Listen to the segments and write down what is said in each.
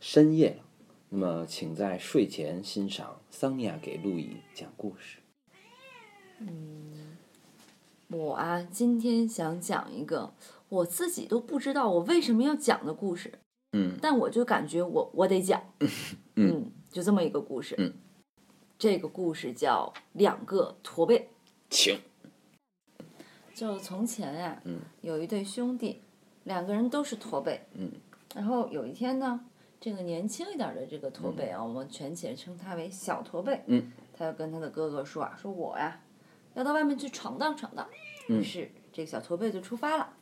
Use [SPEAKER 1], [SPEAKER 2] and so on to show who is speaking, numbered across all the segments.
[SPEAKER 1] 深夜了，那么请在睡前欣赏桑尼亚给路易讲故事。
[SPEAKER 2] 我啊，今天想讲一个我自己都不知道我为什么要讲的故事，
[SPEAKER 1] 嗯
[SPEAKER 2] 但我就感觉我我得讲，嗯，就这么一个故事。
[SPEAKER 1] 嗯
[SPEAKER 2] 这个故事叫《两个驼背》。
[SPEAKER 1] 请。
[SPEAKER 2] 就从前呀、
[SPEAKER 1] 嗯
[SPEAKER 2] 有一对兄弟，两个人都是驼背，
[SPEAKER 1] 嗯，
[SPEAKER 2] 然后有一天呢，这个年轻一点的这个驼背啊，我们全且称他为小驼背，
[SPEAKER 1] 嗯，
[SPEAKER 2] 他就跟他的哥哥说啊，说我呀、要到外面去闯荡闯荡，
[SPEAKER 1] 嗯
[SPEAKER 2] 于是这个小驼背就出发了，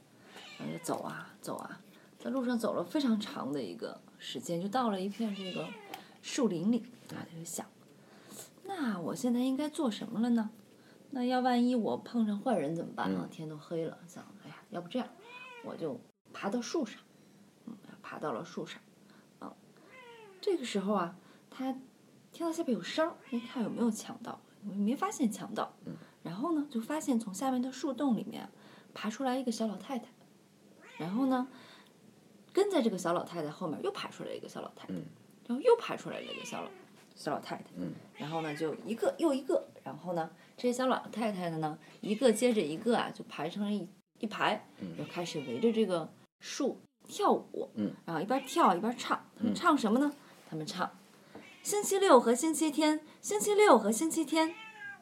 [SPEAKER 2] 然后就走啊走啊，在路上走了非常长的一个时间，就到了一片这个树林里啊，他就想，那我现在应该做什么了呢？那要万一我碰上坏人怎么办啊？
[SPEAKER 1] 嗯
[SPEAKER 2] 天都黑了，想，哎呀，要不这样，我就爬到树上，嗯，爬到了树上，啊，这个时候啊，他听到下边有声儿，一看有没有强盗，没发现强盗，然后呢，就发现从下面的树洞里面爬出来一个小老太太，然后呢，跟在这个小老太太后面又爬出来一个小老太太，
[SPEAKER 1] 嗯
[SPEAKER 2] 然后又爬出来了一个小老小老太太，
[SPEAKER 1] 嗯
[SPEAKER 2] 然后呢就一个又一个，然后呢这些小老太太的呢一个接着一个啊就排成了一一排，就开始围着这个树跳舞，
[SPEAKER 1] 嗯
[SPEAKER 2] 然后一边跳一边唱，他们唱什么呢？他们唱。星期六和星期天，星期六和星期天，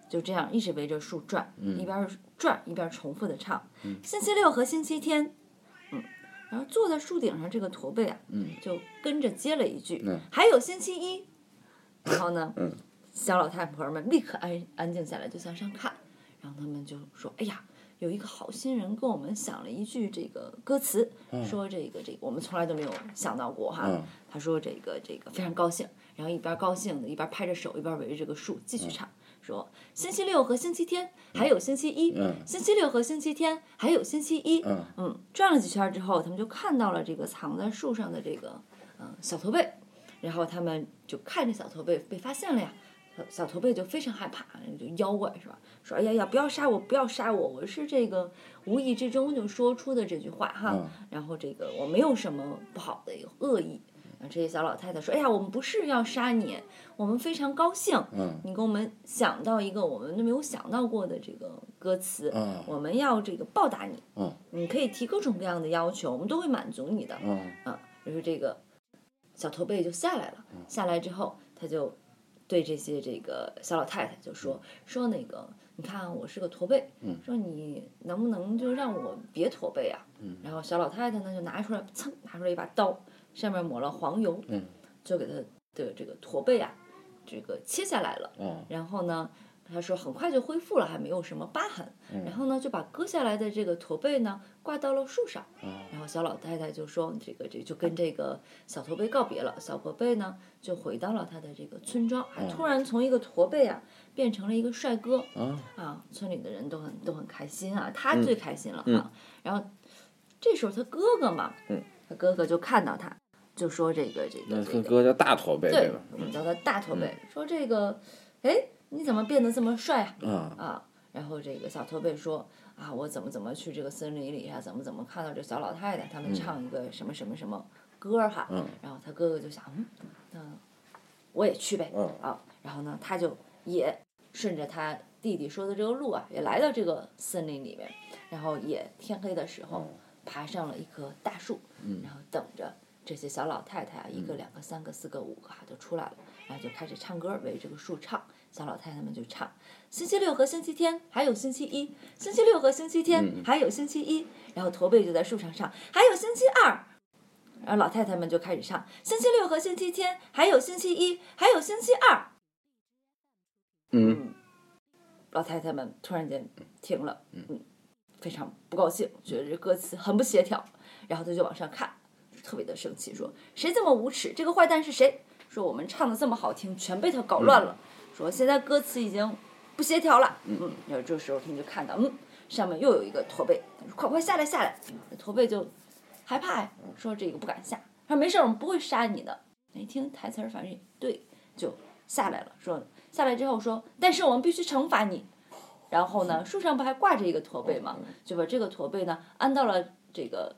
[SPEAKER 2] 就这样一直围着树转，一边转一边重复的唱。星期六和星期天，嗯，然后坐在树顶上这个驼背啊，
[SPEAKER 1] 嗯
[SPEAKER 2] 就跟着接了一句，
[SPEAKER 1] 嗯
[SPEAKER 2] 还有星期一，然后呢，
[SPEAKER 1] 嗯
[SPEAKER 2] 小老太婆们立刻安安静下来，就向上看，然后他们就说：“哎呀，有一个好心人跟我们想了一句这个歌词，说这个这个我们从来都没有想到过哈。
[SPEAKER 1] 嗯
[SPEAKER 2] 他说这个这个非常高兴，然后一边高兴的一边拍着手，一边围着这个树
[SPEAKER 1] 嗯
[SPEAKER 2] 继续唱，说星期六和星期天，还有星期一，
[SPEAKER 1] 嗯
[SPEAKER 2] 星期六和星期天，还有星期一，
[SPEAKER 1] 嗯
[SPEAKER 2] 嗯，转了几圈之后，他们就看到了这个藏在树上的这个嗯、呃小驼背，然后他们就看着小驼背被发现了呀，小小驼背就非常害怕，就妖怪是吧？说哎呀呀，不要杀我，不要杀我，我是这个无意之中就说出的这句话哈，
[SPEAKER 1] 嗯
[SPEAKER 2] 然后这个我没有什么不好的恶意。然后这些小老太太说：“哎呀，我们不是要杀你，我们非常高兴，
[SPEAKER 1] 嗯
[SPEAKER 2] 你给我们想到一个我们都没有想到过的这个歌词，
[SPEAKER 1] 嗯
[SPEAKER 2] 我们要这个报答你，
[SPEAKER 1] 嗯
[SPEAKER 2] 你可以提各种各样的要求，我们都会满足你的。
[SPEAKER 1] 嗯
[SPEAKER 2] 啊，于是这个小驼背就下来了。下来之后，他就对这些这个小老太太就说说那个，你看啊我是个驼背，说你能不能就让我别驼背啊？然后小老太太呢就拿出来，噌拿出来一把刀，上面抹了黄油，
[SPEAKER 1] 嗯
[SPEAKER 2] 就给他的这个驼背啊，这个切下来了。
[SPEAKER 1] 嗯
[SPEAKER 2] 然后呢，他说很快就恢复了，还没有什么疤痕。
[SPEAKER 1] 嗯
[SPEAKER 2] 然后呢，就把割下来的这个驼背呢挂到了树上。
[SPEAKER 1] 嗯
[SPEAKER 2] 然后小老太太就说：“这个这就跟这个小驼背告别了。”小驼背呢就回到了他的这个村庄，
[SPEAKER 1] 嗯
[SPEAKER 2] 还突然从一个驼背啊变成了一个帅哥
[SPEAKER 1] 啊
[SPEAKER 2] 啊！村里的人都很都很开心啊，他
[SPEAKER 1] 嗯
[SPEAKER 2] 最开心了啊。然后这时候他哥哥嘛，
[SPEAKER 1] 嗯
[SPEAKER 2] 他哥哥就看到他，就说：“这个这
[SPEAKER 1] 那
[SPEAKER 2] 个
[SPEAKER 1] 他
[SPEAKER 2] 这个。”
[SPEAKER 1] 哥叫大驼背
[SPEAKER 2] 对
[SPEAKER 1] 吧？，
[SPEAKER 2] 我们叫他大驼背，说这个，哎，你怎么变得这么帅啊？
[SPEAKER 1] 啊
[SPEAKER 2] 啊，然后这个小驼背说啊，我怎么怎么去这个森林里啊，怎么怎么看到这小老太太，他们唱一个什么什么什么歌儿哈，
[SPEAKER 1] 嗯
[SPEAKER 2] 然后他哥哥就想，嗯，那我也去呗，
[SPEAKER 1] 嗯
[SPEAKER 2] 啊，然后呢，他就也顺着他弟弟说的这个路啊，也来到这个森林里面，然后也天黑的时候，
[SPEAKER 1] 嗯
[SPEAKER 2] 爬上了一棵大树，然后等着这些小老太太啊，
[SPEAKER 1] 嗯
[SPEAKER 2] 一个、两个、三个、四个、五个啊，就出来了，然后就开始唱歌，围这个树唱。小老太太们就唱：星期六和星期天，还有星期一；星期六和星期天，
[SPEAKER 1] 嗯
[SPEAKER 2] 还有星期一。然后驼背就在树上唱，还有星期二。然后老太太们就开始唱：星期六和星期天，还有星期一，还有星期二。
[SPEAKER 1] 嗯
[SPEAKER 2] 老太太们突然间停了，嗯，非常不高兴，觉得这歌词很不协调，然后他就往上看，特别的生气，说谁这么无耻？这个坏蛋是谁？说我们唱的这么好听，全被他搞乱了。说现在歌词已经不协调了，嗯，然后这时候他们就看到，嗯，上面又有一个驼背，他说快快下来下来，嗯驼背就害怕呀，说这个不敢下，他说没事儿，我们不会杀你的。一听台词儿，反正也对，就下来了，说下来之后说，但是我们必须惩罚你。然后呢，树上不还挂着一个驼背吗？就把这个驼背呢安到了这个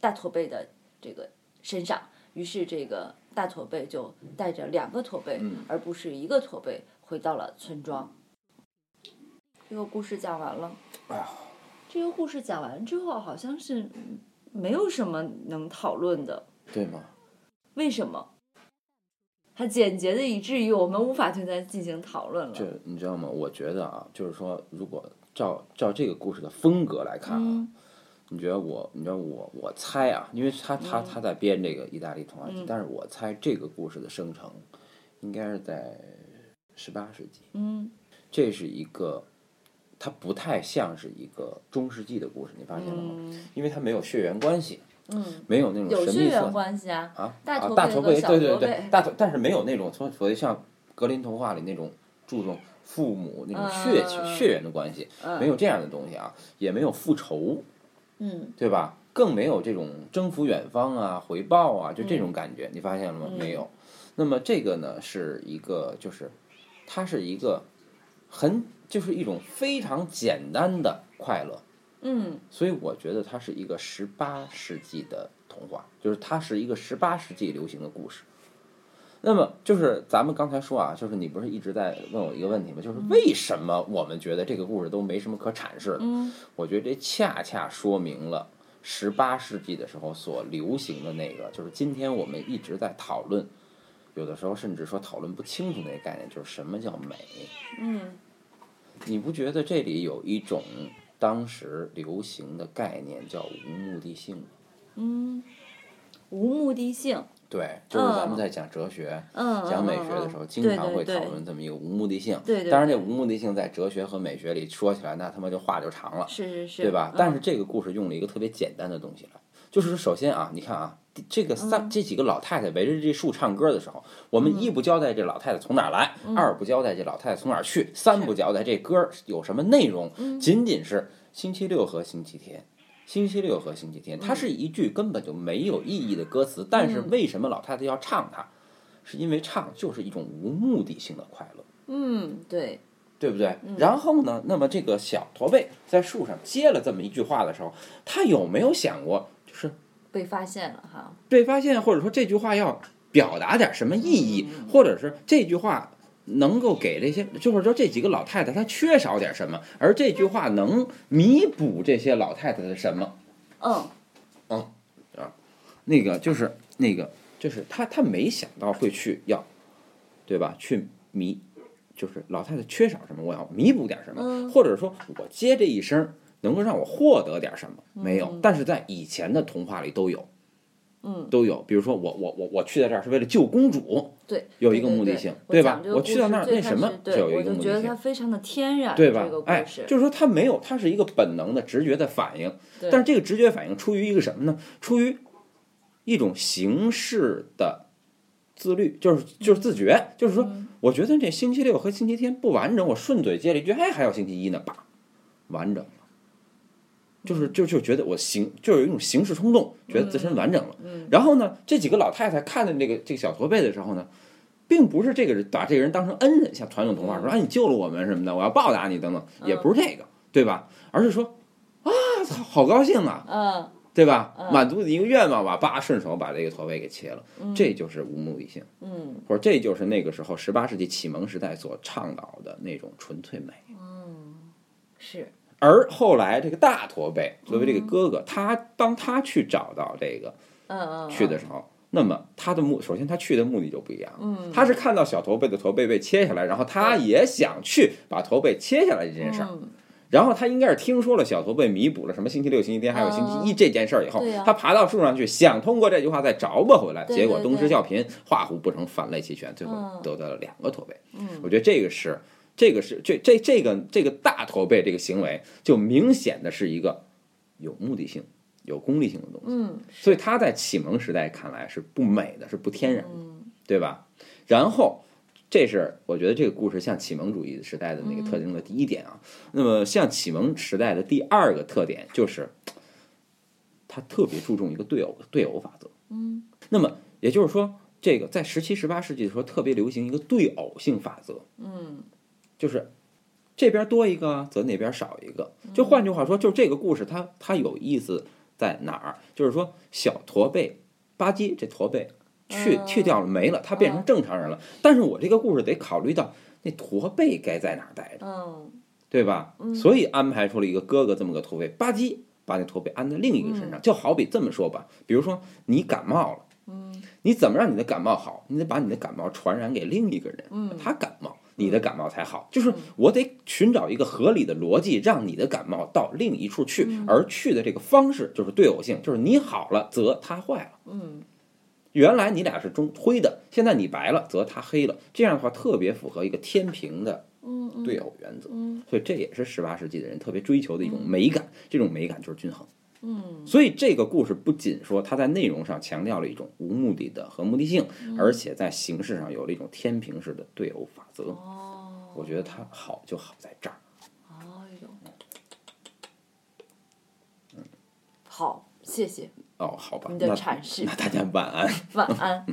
[SPEAKER 2] 大驼背的这个身上。于是这个大驼背就带着两个驼背，而不是一个驼背，回到了村庄。这个故事讲完了。
[SPEAKER 1] 啊，
[SPEAKER 2] 这个故事讲完之后，好像是嗯没有什么能讨论的。
[SPEAKER 1] 对吗？
[SPEAKER 2] 为什么？它简洁的以至于我们无法对它进行讨论
[SPEAKER 1] 就
[SPEAKER 2] 了。
[SPEAKER 1] 你知道吗？我觉得啊，就是说，如果照照这个故事的风格来看啊，
[SPEAKER 2] 嗯
[SPEAKER 1] 你觉得我，你知道我，我猜啊，因为他他他在编这个意大利童
[SPEAKER 2] 嗯
[SPEAKER 1] 话集，但是我猜这个故事的生成应该是在十八世纪，
[SPEAKER 2] 嗯
[SPEAKER 1] 这是一个，它不太像是一个中世纪的故事，你发现了吗？
[SPEAKER 2] 嗯
[SPEAKER 1] 因为它没有血缘关系，
[SPEAKER 2] 嗯，
[SPEAKER 1] 没有那种
[SPEAKER 2] 有
[SPEAKER 1] 神
[SPEAKER 2] 血
[SPEAKER 1] 秘色
[SPEAKER 2] 缘
[SPEAKER 1] 彩。
[SPEAKER 2] 关系啊。
[SPEAKER 1] 啊
[SPEAKER 2] 大
[SPEAKER 1] 啊
[SPEAKER 2] 头
[SPEAKER 1] 大
[SPEAKER 2] 背
[SPEAKER 1] 头
[SPEAKER 2] 和
[SPEAKER 1] 背，
[SPEAKER 2] 小
[SPEAKER 1] 对对
[SPEAKER 2] 驼
[SPEAKER 1] 对
[SPEAKER 2] 背，
[SPEAKER 1] 大头，但是没有那种所所谓像格林童话里那种注重父母那种血气、
[SPEAKER 2] 嗯
[SPEAKER 1] 血缘的关系，没有这样的东西啊，也没有复仇，
[SPEAKER 2] 嗯
[SPEAKER 1] 对吧？更没有这种征服远方啊、回报啊，就这种感觉，你发现了吗？没有。那么这个呢，是一个就是，它是一个很就是一种非常简单的快乐，
[SPEAKER 2] 嗯
[SPEAKER 1] 所以我觉得它是一个十八世纪的童话，就是它是一个十八世纪流行的故事。那么就是咱们刚才说啊，就是你不是一直在问我一个问题吗？就是为什么我们觉得这个故事都没什么可阐释的？
[SPEAKER 2] 嗯
[SPEAKER 1] 我觉得这恰恰说明了十八世纪的时候所流行的那个，就是今天我们一直在讨论，有的时候甚至说讨论不清楚那个概念，就是什么叫美。
[SPEAKER 2] 嗯
[SPEAKER 1] 你不觉得这里有一种当时流行的概念叫无目的性吗？
[SPEAKER 2] 嗯，无目的性。
[SPEAKER 1] 对，就是咱们在讲哲学、
[SPEAKER 2] 嗯，
[SPEAKER 1] 讲美学的时候，经常会
[SPEAKER 2] 对对
[SPEAKER 1] 讨
[SPEAKER 2] 对
[SPEAKER 1] 论这么一个无目的性。
[SPEAKER 2] 对对对
[SPEAKER 1] 当然，这无目的性在哲学和美学里说起来，那他妈就话就长了，
[SPEAKER 2] 是是是，
[SPEAKER 1] 对吧？但
[SPEAKER 2] 嗯
[SPEAKER 1] 是这个故事用了一个特别简单的东西来，就是首先啊，你看啊，这个三、
[SPEAKER 2] 嗯
[SPEAKER 1] 这几个老太太围着这树唱歌的时候，我们一不交代这老太太从哪儿来，
[SPEAKER 2] 嗯
[SPEAKER 1] 二不交代这老太太从哪儿去，三不交代这歌有什么内容，
[SPEAKER 2] 嗯
[SPEAKER 1] 仅仅是星期六和星期天。星期六和星期天，
[SPEAKER 2] 嗯
[SPEAKER 1] 它是一句根本就没有意义的歌词，但是为什么老太太要唱它？是因为唱就是一种无目的性的快乐。
[SPEAKER 2] 嗯，对，
[SPEAKER 1] 对不对？然后呢？那么这个小驼背在树上接了这么一句话的时候，他有没有想过，就是
[SPEAKER 2] 被发现了哈，
[SPEAKER 1] 被发现，或者说这句话要表达点什么意义，或者是这句话能够给这些，就是说这几个老太太她缺少点什么，而这句话能弥补这些老太太的什么？
[SPEAKER 2] 嗯
[SPEAKER 1] 那个就是那个就是他他没想到会去要，对吧？去弥，就是老太太缺少什么，我要弥补点什么，
[SPEAKER 2] 嗯
[SPEAKER 1] 或者说我接这一声能够让我获得点什么，没有。但是在以前的童话里都有，
[SPEAKER 2] 嗯，
[SPEAKER 1] 都有。比如说我我我我去到这儿是为了救公主，
[SPEAKER 2] 对，
[SPEAKER 1] 有一个
[SPEAKER 2] 对
[SPEAKER 1] 目的
[SPEAKER 2] 对
[SPEAKER 1] 性对
[SPEAKER 2] 对
[SPEAKER 1] 吧
[SPEAKER 2] 讲这个
[SPEAKER 1] 我
[SPEAKER 2] 故
[SPEAKER 1] 去到
[SPEAKER 2] 事
[SPEAKER 1] 那儿
[SPEAKER 2] 最
[SPEAKER 1] 那
[SPEAKER 2] 开
[SPEAKER 1] 什么
[SPEAKER 2] 始
[SPEAKER 1] 就
[SPEAKER 2] 对，
[SPEAKER 1] 有一
[SPEAKER 2] 我
[SPEAKER 1] 个
[SPEAKER 2] 就
[SPEAKER 1] 目
[SPEAKER 2] 觉
[SPEAKER 1] 的
[SPEAKER 2] 得
[SPEAKER 1] 性
[SPEAKER 2] 它非常的天然，
[SPEAKER 1] 对吧
[SPEAKER 2] 这个？故
[SPEAKER 1] 哎，
[SPEAKER 2] 事，
[SPEAKER 1] 就是说他没有，他是一个本能的直觉的反应，
[SPEAKER 2] 对
[SPEAKER 1] 但是这个直觉反应出于一个什么呢？出于一种形式的自律，就是就是自觉，就是说，我觉得这星期六和星期天不完整，我顺嘴接了一句，哎，还有星期一呢，叭，完整了。就是就就觉得我形就有一种形式冲动，觉得自身完整了。然后呢，这几个老太太看着这个这个小驼背的时候呢，并不是这个人把这个人当成恩人，像传统童话说，啊，你救了我们什么的，我要报答你等等，也不是这个，对吧？而是说，啊，操，好高兴啊，
[SPEAKER 2] 嗯
[SPEAKER 1] 对吧？满足你一个愿望吧，叭，顺手把这个驼背给切了，这就是无目的性，
[SPEAKER 2] 嗯
[SPEAKER 1] 或者这就是那个时候十八世纪启蒙时代所倡导的那种纯粹美。嗯
[SPEAKER 2] 是，
[SPEAKER 1] 而后来这个大驼背作为这个哥哥，他当他去找到这个
[SPEAKER 2] 嗯嗯，
[SPEAKER 1] 去的时候，那么他的目，首先他去的目的就不一样。嗯，他是看到小驼背的驼背被切下来，然后他也想去把驼背切下来这件事儿。
[SPEAKER 2] 嗯
[SPEAKER 1] 然后他应该是听说了小驼背弥补了什么星期六、星期天还有星期一这件事儿以后
[SPEAKER 2] 哦对呀，
[SPEAKER 1] 他爬到树上去，想通过这句话再着吧回来，
[SPEAKER 2] 对
[SPEAKER 1] 结果东施
[SPEAKER 2] 对
[SPEAKER 1] 效颦，画虎不成反类其犬，最后
[SPEAKER 2] 嗯
[SPEAKER 1] 得到了两个驼背。
[SPEAKER 2] 嗯，
[SPEAKER 1] 我觉得这个是。这个是这这这个这个大驼背这个行为，就明显的是一个有目的性、有功利性的东西。
[SPEAKER 2] 嗯
[SPEAKER 1] 所以它在启蒙时代看来是不美的，是不天然的，
[SPEAKER 2] 嗯
[SPEAKER 1] 对吧？然后，这是我觉得这个故事像启蒙主义时代的那个特征的第一点啊。那么，像启蒙时代的第二个特点就是，它特别注重一个对偶对偶法则。
[SPEAKER 2] 嗯，
[SPEAKER 1] 那么也就是说，这个在十七、十八世纪的时候特别流行一个对偶性法则。
[SPEAKER 2] 嗯
[SPEAKER 1] 就是这边多一个，则那边少一个。就换句话说，就这个故事它它有意思在哪儿？就是说，小驼背吧唧，这驼背
[SPEAKER 2] 嗯
[SPEAKER 1] 去去掉了，没了，他变成正常人了。但是我这个故事得考虑到那驼背该在哪儿待着，
[SPEAKER 2] 嗯
[SPEAKER 1] 对吧？所以安排出了一个哥哥这么个驼背，吧唧把那驼背安在另一个身上。就好比这么说吧，比如说你感冒了，
[SPEAKER 2] 嗯
[SPEAKER 1] 你怎么让你的感冒好？你得把你的感冒传染给另一个人，
[SPEAKER 2] 嗯
[SPEAKER 1] 他感冒，你的感冒才好。就是我得寻找一个合理的逻辑，让你的感冒到另一处去，而去的这个方式就是对偶性，就是你好了则他坏了。
[SPEAKER 2] 嗯
[SPEAKER 1] 原来你俩是中灰的，现在你白了则他黑了，这样的话特别符合一个天平的
[SPEAKER 2] 嗯
[SPEAKER 1] 对偶原则。
[SPEAKER 2] 嗯
[SPEAKER 1] 所以这也是十八世纪的人特别追求的一种美感，这种美感就是均衡。
[SPEAKER 2] 嗯
[SPEAKER 1] 所以这个故事不仅说它在内容上强调了一种无目的的和目的性，而且在形式上有了一种天平式的对偶法则。
[SPEAKER 2] 哦，
[SPEAKER 1] 我觉得它好就好在这儿。
[SPEAKER 2] 哎呦，好，谢谢
[SPEAKER 1] 哦，好吧，
[SPEAKER 2] 你的
[SPEAKER 1] 那
[SPEAKER 2] 阐释
[SPEAKER 1] 哦那，大家晚安。
[SPEAKER 2] 晚安。